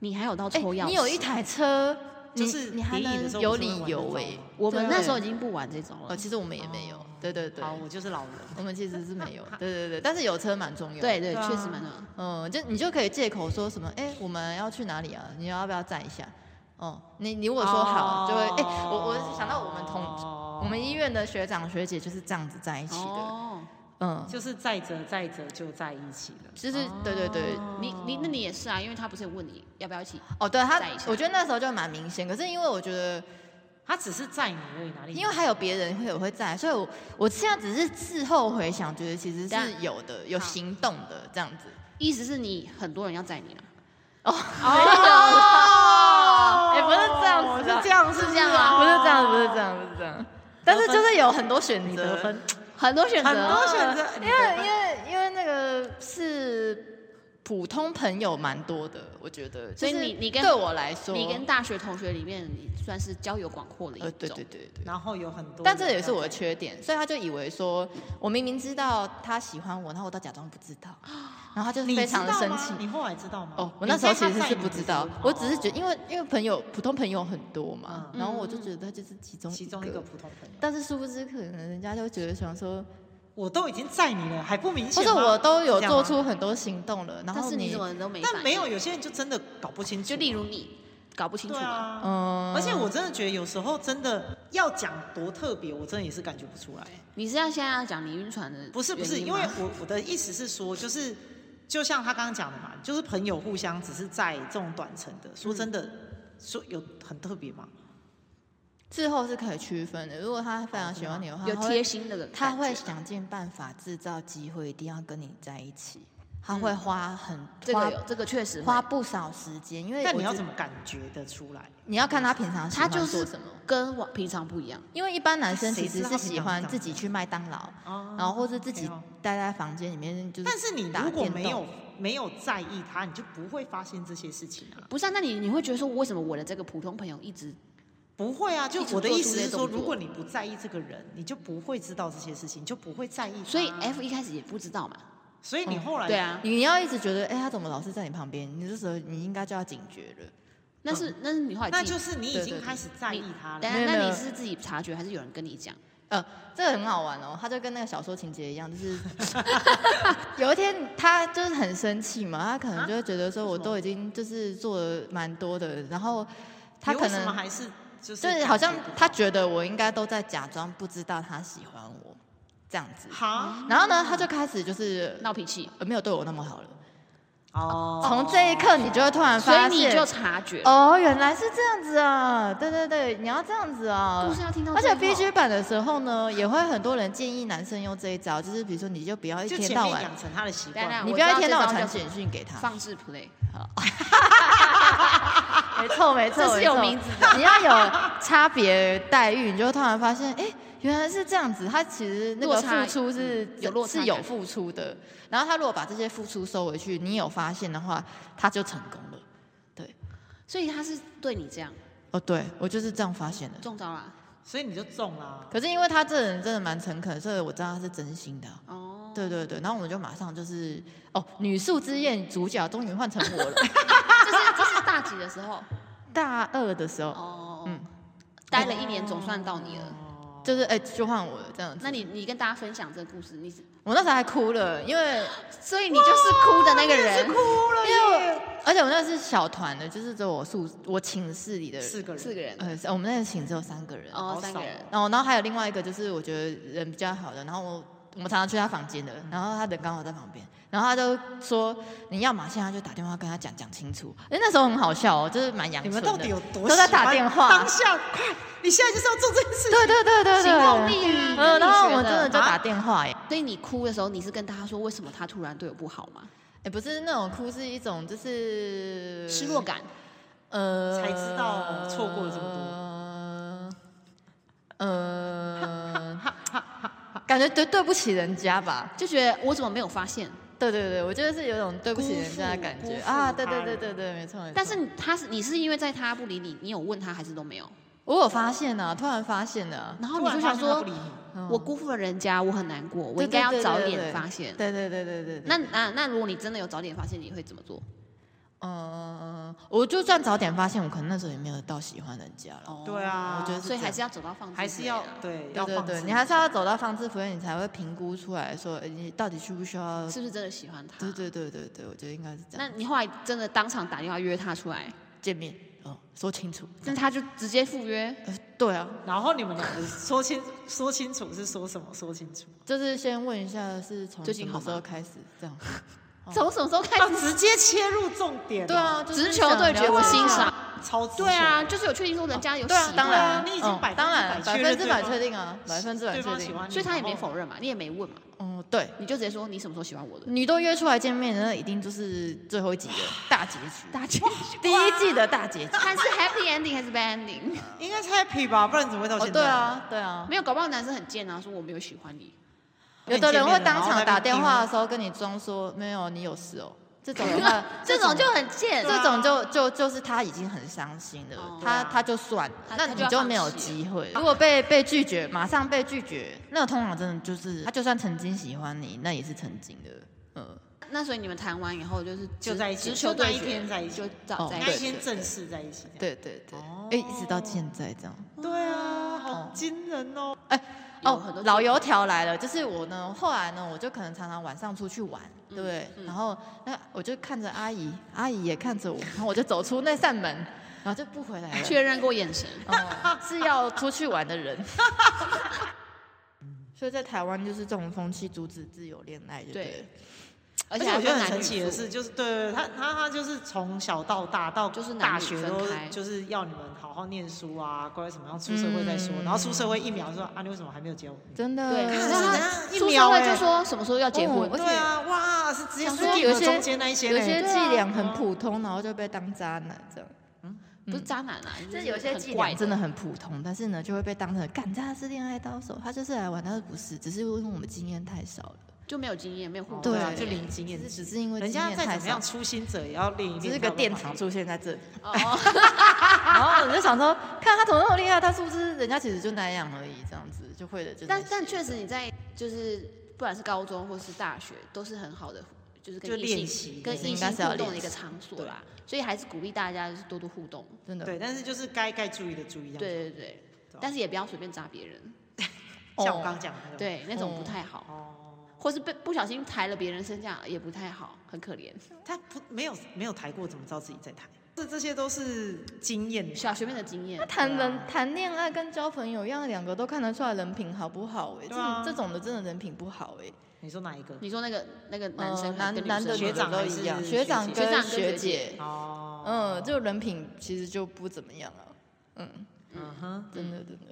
你还有到
哎
抽钥匙？
你有一台车，你
就是
你还
联谊的时候
能有
不是会
理
玩
由
这
哎
种吗。
我们
对
那时候已经不玩这种
呃，
了。
其实我们也没有
哦，
对对对
好，，我就是老人，
我们其实 是没有，对对对，但是有车蛮重要的。
对对，哦
对啊
确实蛮重要。
嗯，就你就可以借口说什么，哎、我们要去哪里啊？你要不要站一下？哦、你你如果说好，
哦
就会哎、我我想到我们同、
同
我们医院的学长学姐就是这样子在一起的，
哦，
嗯，
就是载着载着就在一起了。
就是、
哦
对对对，
你你那你也是啊，因为他不是问你要不要一起？
哦，对他
在一，下
我觉得那时候就蛮明显，可是因为我觉得，
他只是载你而已，哪里？
因为还有别人会有会在，所以我我现在只是事后回想，觉得其实
但
是有的，有
好
行动的这样子。
意思是你很多人要载你啊哦了，
哦
哎不是这样子的啊
是这样，
是
是
这样吗
不是这样，不是这样，不是这样。但是就是有很多选
你
择
得，分
很多选择，
很多选择，
啊因
你
为
得
因
分
为因为那个是普通朋友蛮多的，我觉得。
所以
就是
你你跟
对我来说，
你跟大学同学里面，你算是交友广阔的一种。
呃对对对对。
然后有很多，
但这也是我的。缺点，所以他就以为说我明明知道他喜欢我，然后我都假装不知道，然后他就
你
非
知道
常的
吗？
生气。
你后来知道吗？
哦，我那时候
你
其
在
实
他载
是
你
不
的
知
时
道
候，嗯
我只是觉
哦
得，因为因为朋友普通朋友很多嘛，然后我就觉得他就是其中
其中一个普通朋友，
但是殊不知，可能人家就觉得想说，
我都已经载你了，还不明
或
显吗？
者我都有
是这样吗
做，出很多行动了，然
但
后
是你
你
怎，么都没？
但没有，，有些人就真的搞不清楚。
就例如你搞不清楚
对
嘛。
啊，
嗯，
而且我真的觉得有时候真的要讲多特别，我真的也是感觉不出来。
你是要现在要讲你晕船的？
不是不是，因为我我的意思是说，就是就像他刚刚讲的嘛，就是朋友互相只是在这种短程的，说真的，
嗯
说有很特别嘛，
事后是可以区分的。如果他非常喜欢你的话，
有
他会
贴，心的感觉，
他会想尽办法制造机会，一定要跟你在一起。他会花很
嗯这
花
个有这个确实会
花不少时间，因为
但
我
你要
觉
怎么感觉得出来？
你要看他平常喜
他
欢
就是
做什么。
跟我平常不一样。
因为一般男生
谁
其
知
实
道
是
他平
喜
常
欢
长
自己
什么
去麦当劳，
哦
然后或是自己
OK 哦
待在房间里面就是。
但是你
打
如果
电
没
动
有没有在意他，你就不会发现这些事情啊。
不是、啊，那你你会觉得说，为什么我的这个普通朋友一直
不会啊，就
一直
我的
做
意
出
思
这
是
些
说，
动作
如果你不在意这个人，你就不会知道这些事情，你就不会在意他。
所以
哎
F 一开始也不知道嘛？
所以
嗯
你后来、
对，啊，
你要一直觉得，哎、他怎么老是在你旁边？你这时候你应该就要警觉了。
那是嗯那是你后来
那
自己
就是你已
对
经
对对
开始在意他了。
等下
没有没
那
有
你是自己察觉还是有人跟你讲？
呃，这个很好玩哦，他就跟那个小说情节一样，就是 有一天他就是很生气嘛，他可能就会觉得说，我都已经就是做了蛮多的，然后他
你
可
为什么
能
还是就是
对，
感
好像
觉不到
他觉得我应该都在假装不知道他喜欢我这样子，
哈
然后呢，他就开始就是、
闹脾气，
呃没有对我那么好了。
哦，
从这一刻，你就会突然
所
发现，
以你就察觉。
哦，原来是这样子啊！对对对，你要这样子啊！
故事要听到
而
最
且
后
B G 版的时候呢，也会很多人建议男生用这一招，就是比如说你就不要一
就
天
前
到
面
晚，
养成他的习
当然
惯。
你
我
不
知道
要一天到晚
这招
传
叫什
简讯给他。
放置 play，
没错没错，
这是
没
有
错
名字
你要 有差别待遇，你就会突然发现，哎、原来是这样子。他其实那
落
个
差
付出是
嗯有落差
是
感
有付出的，然后他如果把这些付出收回去，你有发现的话，他就成功了。对，
所以他是对你这样
哦，对我就是这样发现的。
中招啦。
所以你就中啊啦。
可是因为他这人真的蛮诚恳，所以我知道他是真心的啊。
哦，
对对对，然后我们就马上就是哦，女宿之宴主角终于换成我了。
这是这是大几的时候
大二的时候，
哦，
嗯
待了一年总算到你了。
哦
就是哎、就换我了这样子。
那你你跟大家分享这个故事，你是
我那时候还哭了，因为
哎
所以你就是哭的那个人，
哭了耶，
而且我那是小团的，就是只有我宿我寝室里的人，
四个人，
四个人，
呃，我们那个寝只有三个人。
哦
好，
三个
少
人，
然后，然后还有另外一个，就是我觉得人比较好的，然后我我们常常去他房间的，然后他人刚好在旁边，然后他就说你要嘛现在就打电话跟他讲讲清楚。哎，那时候很好笑哦，就是蛮阳
你
春
们到
的，
底有多
都在
喜
打
欢
电话
当下快，你现在就是要做这件事情。
对对对对对，
行动力啊跟
嗯，
你
然后
学
我们真的
的
就
啊
打电话耶，欸
所以你哭的时候，你是跟大家说为什么他突然对我不好吗？
哎，不是那种哭，是一种就是
失落，感，
呃，
才知道错过了这么
多。呃，感觉对对不起人家吧，
就觉得我怎么没有发现？
对对对，我觉得是有一种对不起人家的感
辜
觉
负
啊，
辜负
对对
他
对
人
对对，没错没错。
但是你他是你是因为在他不理你，你有问他还是都没有？
我有发现啊，突然发现了、啊，
然后你就想
突然发现他
说
不理，你
嗯
我辜负了人家，我很难过，我
对
应该要
对对
早
对
点
对
发现。
对对对对对对。
那那那如果你真的有早点发现，你会怎么做？
嗯，我就算早点发现，我可能那时候也没有到喜欢人家
哦
了。
对啊，
我觉得
所以
这
还是要走到放置
还是
之类
要
的
对，
啊对
要
对
放
对，
自
你还是要走到放置服务，你才会评估出来说，哎你到底需不需要？
是不是真的喜欢他？
对。对对对对，我觉得应该是这
那
样。
你后来真的当场打电话约他出来，
见面哦，说清楚。
但他就直接赴约，
呃，对啊，
然后你们两个说清说清楚是说什么？说清楚，
就是先问一下是从
最
什
近
么
好
时候
吗
开始这 样？哦
从什么时候开
要
始？
直接切入重点。哦
对，啊，就是
直球
想
对
了
决，我
解一
欣
下
赏。
超直
对啊，就是有确定说人家有喜
对啊
欢，，
当然啊，
你已经
嗯
百分之
当然
百
百
确
分
认
之
对
百
方
确定啊，百分之百
对
确
方喜
定。
欢你，
所以他也没
然后
否认嘛，你也没问嘛，
嗯，对，
你就直接说你什么时候喜欢
嗯
我的？
你都约出来见面，那一定就是最后一集的大结局，
大结局，
第一季的大结局。
但是 happy ending 还是 bad ending？
应该是 happy 吧，不然怎么会到
哦，
现在？
对，啊，对啊，
没有，搞不好男生很贱啊，说我没有喜欢你，，
有的人会当场打电话
见面了。然后在那
的
边
时候跟你装说没有，你有事哦。这种的话
这种就很贱，
这种就就就是他已经很伤心
哦
了，他他就算了，
他
那
他
你
就要
就
放
没有
弃啊
机会。如果被被拒绝，马上被拒绝，那通常真的就是他就算曾经喜欢你，那也是曾经的，嗯，
那所以你们谈完以后就是
就在一起
直球
就
对
那一天在一起
决，就早
哦
在
那一
一
对
起。
天正式在一起。这样
啊
对对对
哦，
哎，一直到现在这样。
对啊，好
哦
惊人哦！
有
哦
很多，
老油条来了，就是我呢。后来呢，我就可能常常晚上出去玩，
嗯
对不对？
嗯
然后那我就看着阿姨，阿姨也看着我，然后我就走出那扇门，然后就不回来了。
确认过眼神，
哦， 是要出去玩的人。 所以在台湾就是这种风气，阻止自由恋爱，对不对
对
了？
而且
我
还
觉得很
分男
神
女
奇的
宿
是，就是对对对，他他他就是从小到大到
就是男
大
女
学
分
都
开
就是要你们好好念书啊，乖乖怎么样出社会再说。
嗯
然后出社会一秒就说啊，你为什么还没有结婚？
真的，
对，
看
可是
是
他
怎样一
出社
秒
会
欸
就说什么时候要结婚
哦，而且
对啊，哇，是直接
想
是
说
定
有
了
些
中间那一些
有
嘞
些
对
伎
啊
俩很普通，然后就被当渣男这样。
嗯
不是渣男啊，
就是
是
有些
很
伎
怪
俩真的很普通，但是呢，就会被当成干他是恋爱高手，他就是来玩，他是不是？只是因为我们经验太少了，
就没有经验，没有互
哦
动
对啊
经
就
验
零经验
只是只是因为
人
经
家
验
再
太
怎么样
少，
初心者也要练一
只
练。
是个电场出现在这里。
哦哦，
然后我就想说，看他怎么那么厉害，他是不是人家其实就那样而已，这样子就会的就那些。
但但确实你在就是不管是高中或是大学，都是很好的，就是
就
跟
练
异
习
性跟
也是
异
应该
性
是要
互动
练
的一个
习
场所啦，所以还是鼓励大家就是多多互动。
真的
对，但是就是该该注意的注意，这样
对对对
对啊，
但是也不要随便扎别人，
子像我
哦
刚讲的那个，
对那种
哦
不太好，
哦，
或是被不小心抬了别人身价也不太好，很可怜。
他不没有没有抬过，怎么知道自己在抬？这这些都是经验，
小学妹
啊
的经验
他，谈
啊
人谈恋爱跟交朋友一样，两个都看得出来人品好不好、哎、这
对啊
种这种的真的人品不好哎、
你说哪一个？
你说那个那
嗯
个男
呃
生
男
跟女
男的
生
学
女的
长
都
还
一样，
是
学长
学
姐学
跟
长跟
学
学姐
姐，
哦，
嗯，就人品其实就不怎么样啊，嗯，
嗯哼，
真的真的。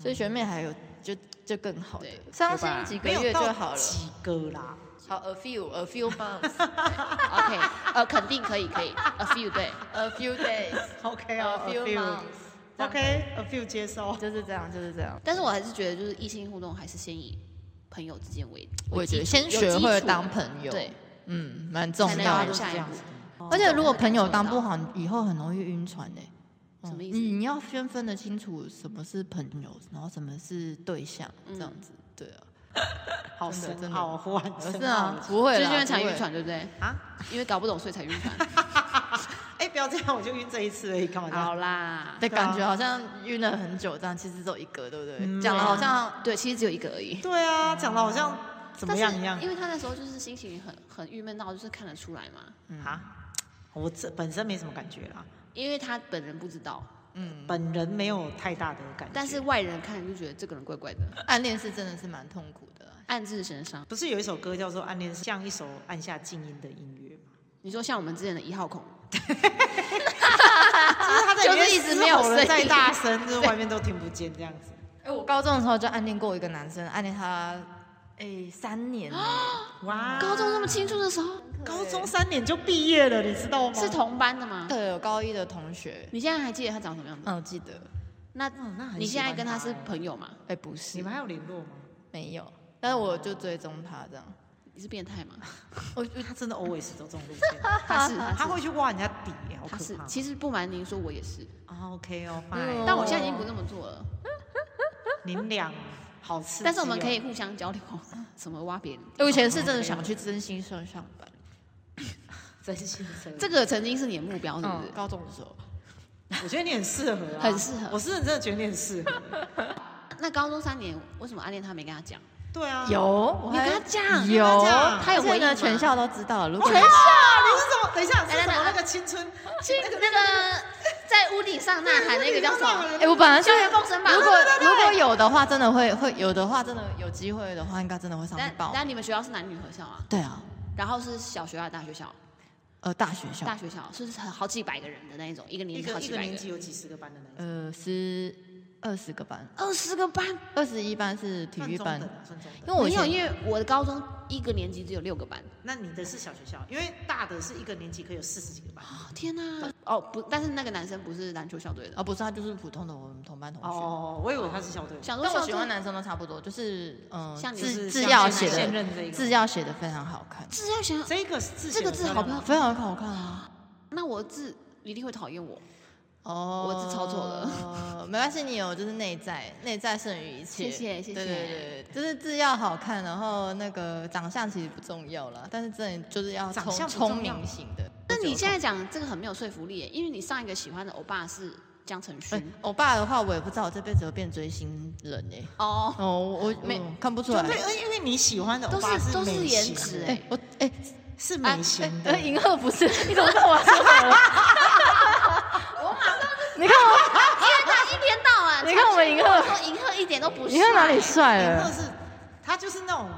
所以学妹还有就就更好的
对，
伤心几个
没有
月就
到
好了。
几个啦，
好，a few a few months
，OK，呃，肯定可以可以，a few 对，
a few days
OK 哦
啊 a few months，
OK，a few 接受。
就是这样就是这样。
但是我还是觉得就是异性互动还是先以朋友之间为，
我也觉得
基
先
础有
学
基
会
础
当朋友，
对，
嗯，蛮重
才能
要
有
的。
下一步。
而且如果朋友当不好，以后很容易晕船的、
什么意思
你你要先分得清楚什么是朋友，然后什么是对象，这样子。对啊，
好
真的
深
真的
奥，忽然
呃
深
是
奥
啊
了，
不
就
会
是
啦，
因为才
不会
晕船，对不对？
啊！
因为搞不懂，所以才晕船。
哎、不要这样，我就晕这一次而已，干嘛这样？
好啦，
的
对啊
感觉好像晕了很久，这样其实只有一个，对不
嗯
对？啊讲的好像
对，其实只有一个而已。
对啊，讲的好像
嗯
怎么
但是
样一样
因为他那时候就是心情很很郁闷到，就是看得出来嘛。
啊。我这本身没什么感觉啦，
因为他本人不知道，
嗯，
本人没有太大的感觉。
但是外人看就觉得这个人怪怪的，
暗恋是真的是蛮痛苦的啦。
暗自神伤。
不是有一首歌叫做《暗恋》，像一首按下静音的音乐吗？
你说像我们之前的一号孔，
就是他在里面
就是一直没有
嘶吼
声
了
音
再大声， 就是外面都听不见这样子。
哎、我高中的时候就暗恋过一个男生，暗恋他哎、三年呢、
哇，
高中那么青春的时候
高中三年就毕业了，你知道吗？
是同班的吗？
对，我高一的同学，
你现在还记得他长什么样子？
嗯，我记得，
那
哦，那很喜欢
你现在跟他是
欸
朋友吗？
哎、不是，
你们还有联络吗？
没有，但是我就追踪他这样。
你是 变态吗？
我觉得他真的 always 走这种路线，
他是，
他
他是，
会去挖人家底，好
他
可
是。
怕。
其实不瞒您说，我也是，
啊，OK 哦
嗯
，fine。
但我现在已经不那么做了。
你们俩好哦吃，
但是我们可以互相交流， 怎么挖别人。
我以前是真的想去真心社上班，
真心真。
这个曾经是你的目标，是不
嗯
是，？
高中的时候，
我觉得你很适合啊，
很适合
我是真的觉得你很适 合。
那高中三年为什么暗恋他没跟他讲？
对啊，
有，我
你
还
跟他讲
有
你跟他讲，
他有
而且
回应吗
呢，全校都知道了。如果
等一下，啊你是什么？等一下是
来
什
来
么？
来
那个青春，
去啊那个在屋顶上呐喊那个叫什么？
哎、我本来就
校园风声榜。
如果如果有的话，真的会会有的话，真的有机会的话，应该真的会上去
但
报。
但你们学校是男女合校啊？
对啊，
然后是小学还是啊大学校？
呃，大学校
大，学校是很好几百个人的那一种，一个
一
年级好
个一
几
个
百
年
个
级有几十个班的那种，
呃，十二十个班，
二十个班，
二十一班是体
算
育
中
班
等，啊，算中等
因为我以
没有，
前
因为我的高中一个年级只有六个班。
那你的是小学校，因为大的是一个年级可以有四十几个班。
哦天哪！哦不，但是那个男生不是篮球校队的。
啊，不是，他就是普通的我们同班同学。
哦，我以为他是校队，
想说
但我
校
喜欢
队
男生都差不多，就是嗯，
像你
就是
字字
像
要
现
写
现
的
任这一个
字要写的非常好看，
字要想，
这个字
这个字好不好？
非常好看啊。
那我字你一定会讨厌我。
哦，
我字抄错了
了，哦没关系，你有就是内在，内在胜于一
谢
切。
谢谢谢
对对对，对就是字要好看，然后那个长相其实不重要了，但是真的就是要
长
聪
相不
聪
重要
明型的。
那你现在讲这个很没有说服力耶，因为你上一个喜欢的欧巴是江晨
哎
勋
我爸的话，我也不知道我这辈子会变追星人哎。
哦，
哦，我我没看不出来。
对，因为你喜欢的
都
欧巴
是都是
美
颜
型
值
的
哎
哎，我哎
是
啊
美型的
呃
哎，。银赫不是， 你怎么知啊道我说错了？
我马上
你看我，
天哪，一天到晚
你看我们银赫，
说银赫一点都不帅，
你看哪里帅
颜
了
色？是，他就是那种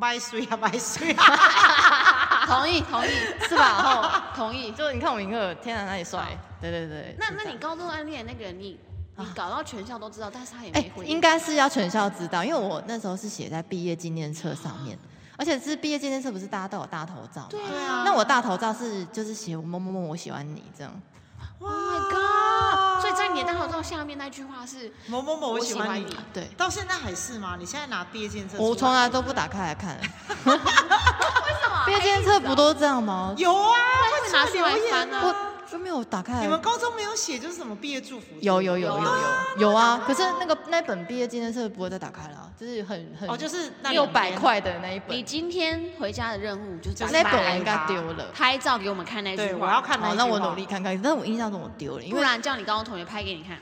掰碎啊掰碎啊，
同意 同意
是吧？
同意
哦，。就你看我银赫，天哪，哪里帅？对对对。
那
是
那
这
你
样
高中暗恋那个人，你你搞到全校都知道，但是他也没啊
哎
回，应。
应该是要全校知道，因为我那时候是写在毕业纪念册上面，而且是毕业纪念册，不是大家都有大头照吗？
对
对
啊
啊
那我大头照是就是写我某某某我喜欢你这样，
哇
Oh my god！所以在你的大头照下面那句话是
某某某，
我
我
喜
喜
欢
欢
你
你。
对
到现在还是吗？你现在拿毕业见证？
我从来都不打开 来看，
为什么
毕业纪念册不都这样吗？
有啊，
会
会
拿出来
留言
翻啊
啊。
我就没有打开来。
你们高中没有写就是什么毕业祝福？
呃有有有
有
有有有啊！可是那个那本毕业纪念册不会再打开了啊，就是很很
哦，就是那
六
两
百
边。
块的那一
你
本，
今天回家的任务就是
就是
那
打
本
开
我
来
应该丢了。
拍照给我们看那
对，
句
我要
话，
看那一
好，
句
那我
话
努力。看看，但我印象中我丢了，因
不
为
然叫你高中同学拍给你看。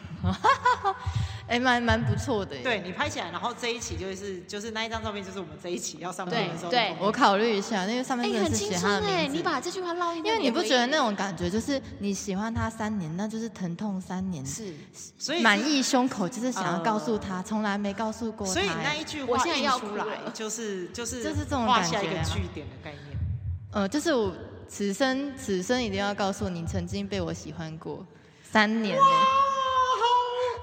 哎蛮蛮不错的耶。
对你拍起来，然后这一期就是就是那一张照片，就是我们这一期要
嗯
上班的时候。
对对
我考虑一下，因为上面
哎，
真的
很
是
青
写他的
春哎，
名字
你。把这句话烙印在的回忆里，
因为你不觉得那种感觉就是你喜欢他三年，那就是疼痛三年，
是？
所以
满意胸口，就是想要告诉他，从来没告诉过他。哎
所以那一句
我
话
现在
印
要
出
哭
来
了，
就是就是
就是这种
画
感
下一
觉
个
啊
句点的概念。
呃，就是我此生此生一定要告诉你，曾经被我喜欢过三年耶。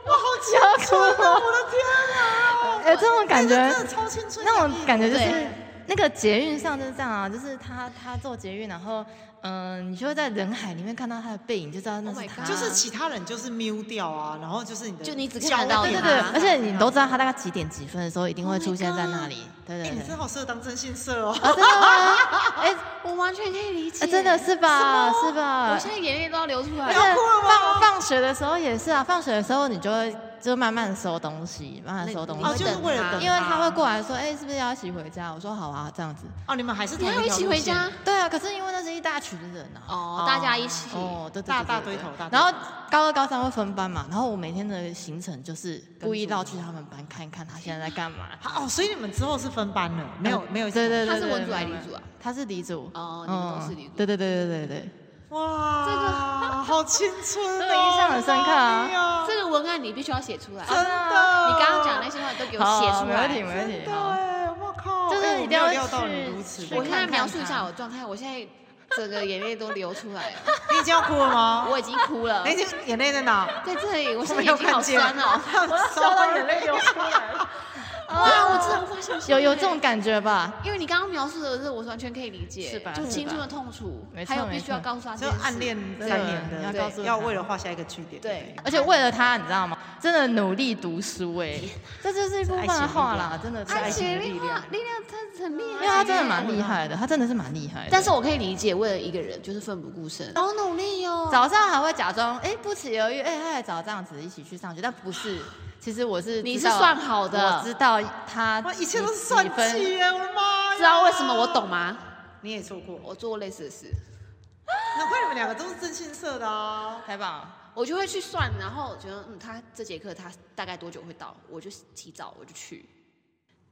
我好啊
要哭了
我的天哪！啊
哎、这种感觉
真，的超青春，
那种感觉就是啊
对
那那个捷运上就是这样啊，就是他他坐捷运，然后嗯、你就会在人海里面看到他的背影，就知道那
Oh my
是
god
他。
就是其他人就是瞄掉啊，然后就是你的，
就你只看得到
哦对对
他
啊
对，而且你都知道他大概几点几分的时候一定会
Oh my
出现在那里。对
哎、
对
你
对
真。好适合当真性社哦。
啊，真 的吗？ 哎、
我完全可以理解，
啊真的是啊吧
什么
是吧
我现在眼泪都要流出来
而
要
且
了。
哭了吗
放放学的时候也是啊，放学的时候你就会就慢慢收东西，慢慢收东
哦，
你
就
西
是，为了等，
啊因为他会过来说，哎、是不是要一起回家？我说好啊，这样子。
哦，你们还是
你
同
还要一
条
起
路
回
线
家？
对啊，可是因为那是一大群人啊。
哦，大家一起。
哦，对对对
大
对
大
对
堆头大堆
然后高二、高三会分班嘛，然后我每天的行程就是故意绕去他们班看一看他现在在干嘛。
啊哦，所以你们之后是分班了，没有没有一起
嗯对对对，
他是
对
文组还是
没有
理组啊？
他是理组。
哦你们都是理组
对对对对对对。
哇，
这
个好青春哦，
这个印象很深刻啊
啊
这个文案你必须要写出来。
真的，
你刚刚讲那些话你都给我写
好
出
没问题，
来。
没问题。
对，
好
我靠，
就是
哎我
一定
没有
要
料到
去
你如此的，
我
去
现
看
在
看
描述一
他
下我的状态，我现在整个眼泪都流出 来了，
你已经要哭了吗？
我已经哭了
你。已经眼泪在 哪？
在这里，我
我
现在
没有
眼睛
看
好
见，
酸哦。
笑到眼泪流出来。
哇，啊我真的无法想象。
有有这种，感觉吧？
因为你刚刚描述的是我完全可以理解，
是吧
就青春
是吧
的痛楚
没，错
还有必
没
须要
错
告诉他这
就
件事，
暗恋三年的，
真的要告诉他
要为了画下一个句点。
对
而且为了他，你知道吗？真的努力读书哎、这就是一部漫画啦，真的是
而
爱情
且
的力
力
量。
量，力量他很厉
因
害，
为他真的蛮厉。害的，他真的是蛮厉害的。
但是我可以理解，为了一个人就是奋不顾身，
好努力哦。
早上还会假装哎、不期而遇，哎、他也找这样子一起去上学，但不是，其实我是
你
知道
是算好的
我知道他
哇，一切都是
几
算
几分
计耶！我的妈呀！
知道为什么我懂吗？
你也错过，
我做过类似的事，
难怪你们两个都是真心社的啊！
太棒了，
我就会去算，然后觉得嗯，他这节课他大概多久会到，我就提早我就去。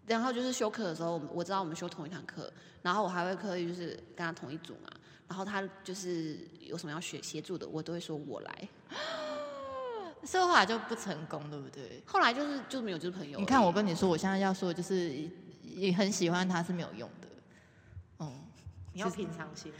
然后就是修课的时候，我们我知道我们修同一堂课，然后我还会刻意就是跟他同一组嘛。然后他就是有什么要学协助的，我都会说我来。
说话就不成功，对不对？
后来就是就没有就是朋友而已。啊
你看
啊
我跟你说，我现在要说的就是也很喜欢他是没有用的，嗯，
你要平常心，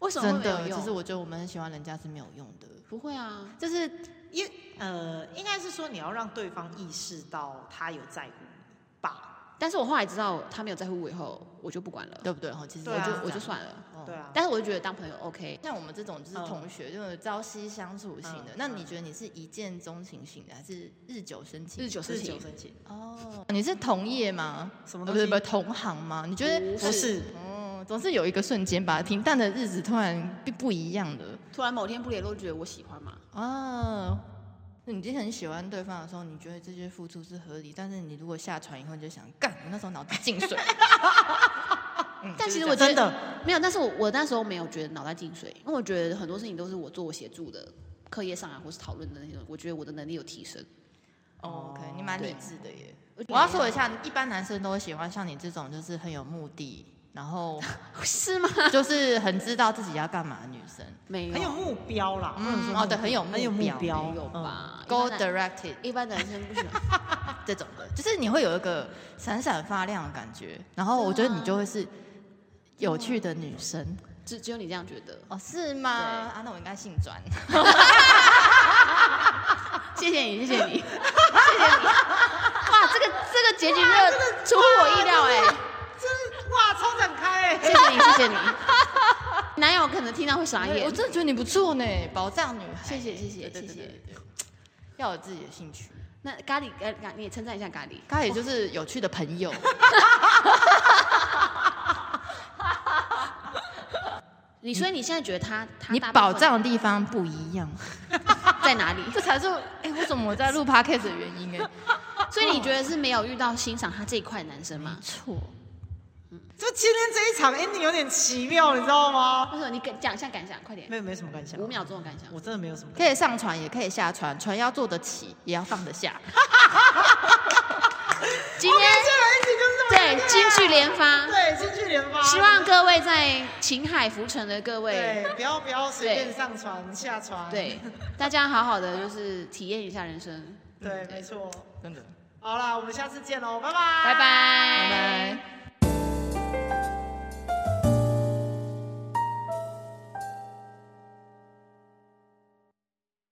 为什么
真
会没有
的，
用？
就是我觉得我们很喜欢人家是没有用的，
不会啊，
就是
因呃，应该是说你要让对方意识到他有在乎你吧？
但是我后来知道他没有在乎我以后，我就不管了，
对不对？哈，其实
对啊
我
就
就我就算了。
对啊，
但是我就觉得当朋友 OK，
像我们这种就是
嗯
同学，就是朝夕相处型的。
嗯
那
嗯
你觉得你是一见钟情型的，还是日久生情？
日久生
是九
情。
生情，
哦，你是同业吗？
什么东
呃不
西
是不是同行吗？你觉得
不是
哦，总是有一个瞬间吧，平淡的日子突然变不一样了
突然某天不联络，觉得我喜欢嘛？
哦。那你今天很喜欢对方的时候，你觉得这些付出是合理，但是你如果下船以后，你就想干，我那时候脑子进 水。嗯
但其实
就是
我觉
真
得
的
没有，但是我我那时候没有觉得脑袋进水，因为我觉得很多事情都是我做我协助的，课业上啊，或是讨论的那种，我觉得我的能力有提升。
这样哦，OK，你蛮理智的耶。
我觉
我要说
得
一下，一般男生都会喜欢像你这种，就是很有目的，然后
是吗？
就是很知道自己要干嘛的女 生。
没有，
很有目标啦。不能说
哦，对，很有
嗯很有目
标
标，
没有
嗯
吧？一
，go
般男
directed
一般男生不喜欢，
这种的，就是你会有一个闪闪发亮的感觉，然后我觉得你就会是有趣的女生。
只只有你这样觉得。
哦，是吗？
对
啊，那我应该姓转。
谢谢你，谢谢你，谢谢你。哇，这个这个结局真的出乎我意料哎、
这嗯哇，超展开
谢
哎！
谢你，谢谢你。男友可能听到会傻
哎我
眼，
真的觉得你不错呢，宝藏女孩。
谢谢谢谢
对
谢谢。
对对对对要有自己的兴趣，
那咖喱，呃咖咖，你也称赞一下咖喱。
刚也就是有趣的朋友。
你所以你现在觉得他，他
你
大部
宝
分
藏的地方不一样，
在哪里？
这才是哎，为什么我在录 podcast 的原因哎。
所以你觉得是没有遇到欣赏他这一块的男生吗
嗯
没？错，
就今天这一场 ending 有点奇妙，你知道吗？
为什么你感讲一下感想，快点，
没有没什么感想
五，秒钟的感想。
我真的没有什么感
可以上船，也可以下船，船要坐得起，也要放得下。
今天
想。这个 ending 就是这么
对金句连发，
对，金句连发，
希望各位在情海浮沉的各位，
对，不要不要随便上传下传，
对大家好好的就是体验一下人生，
对，没错。
真的。
好啦，我们下次见喽，拜拜，
拜拜。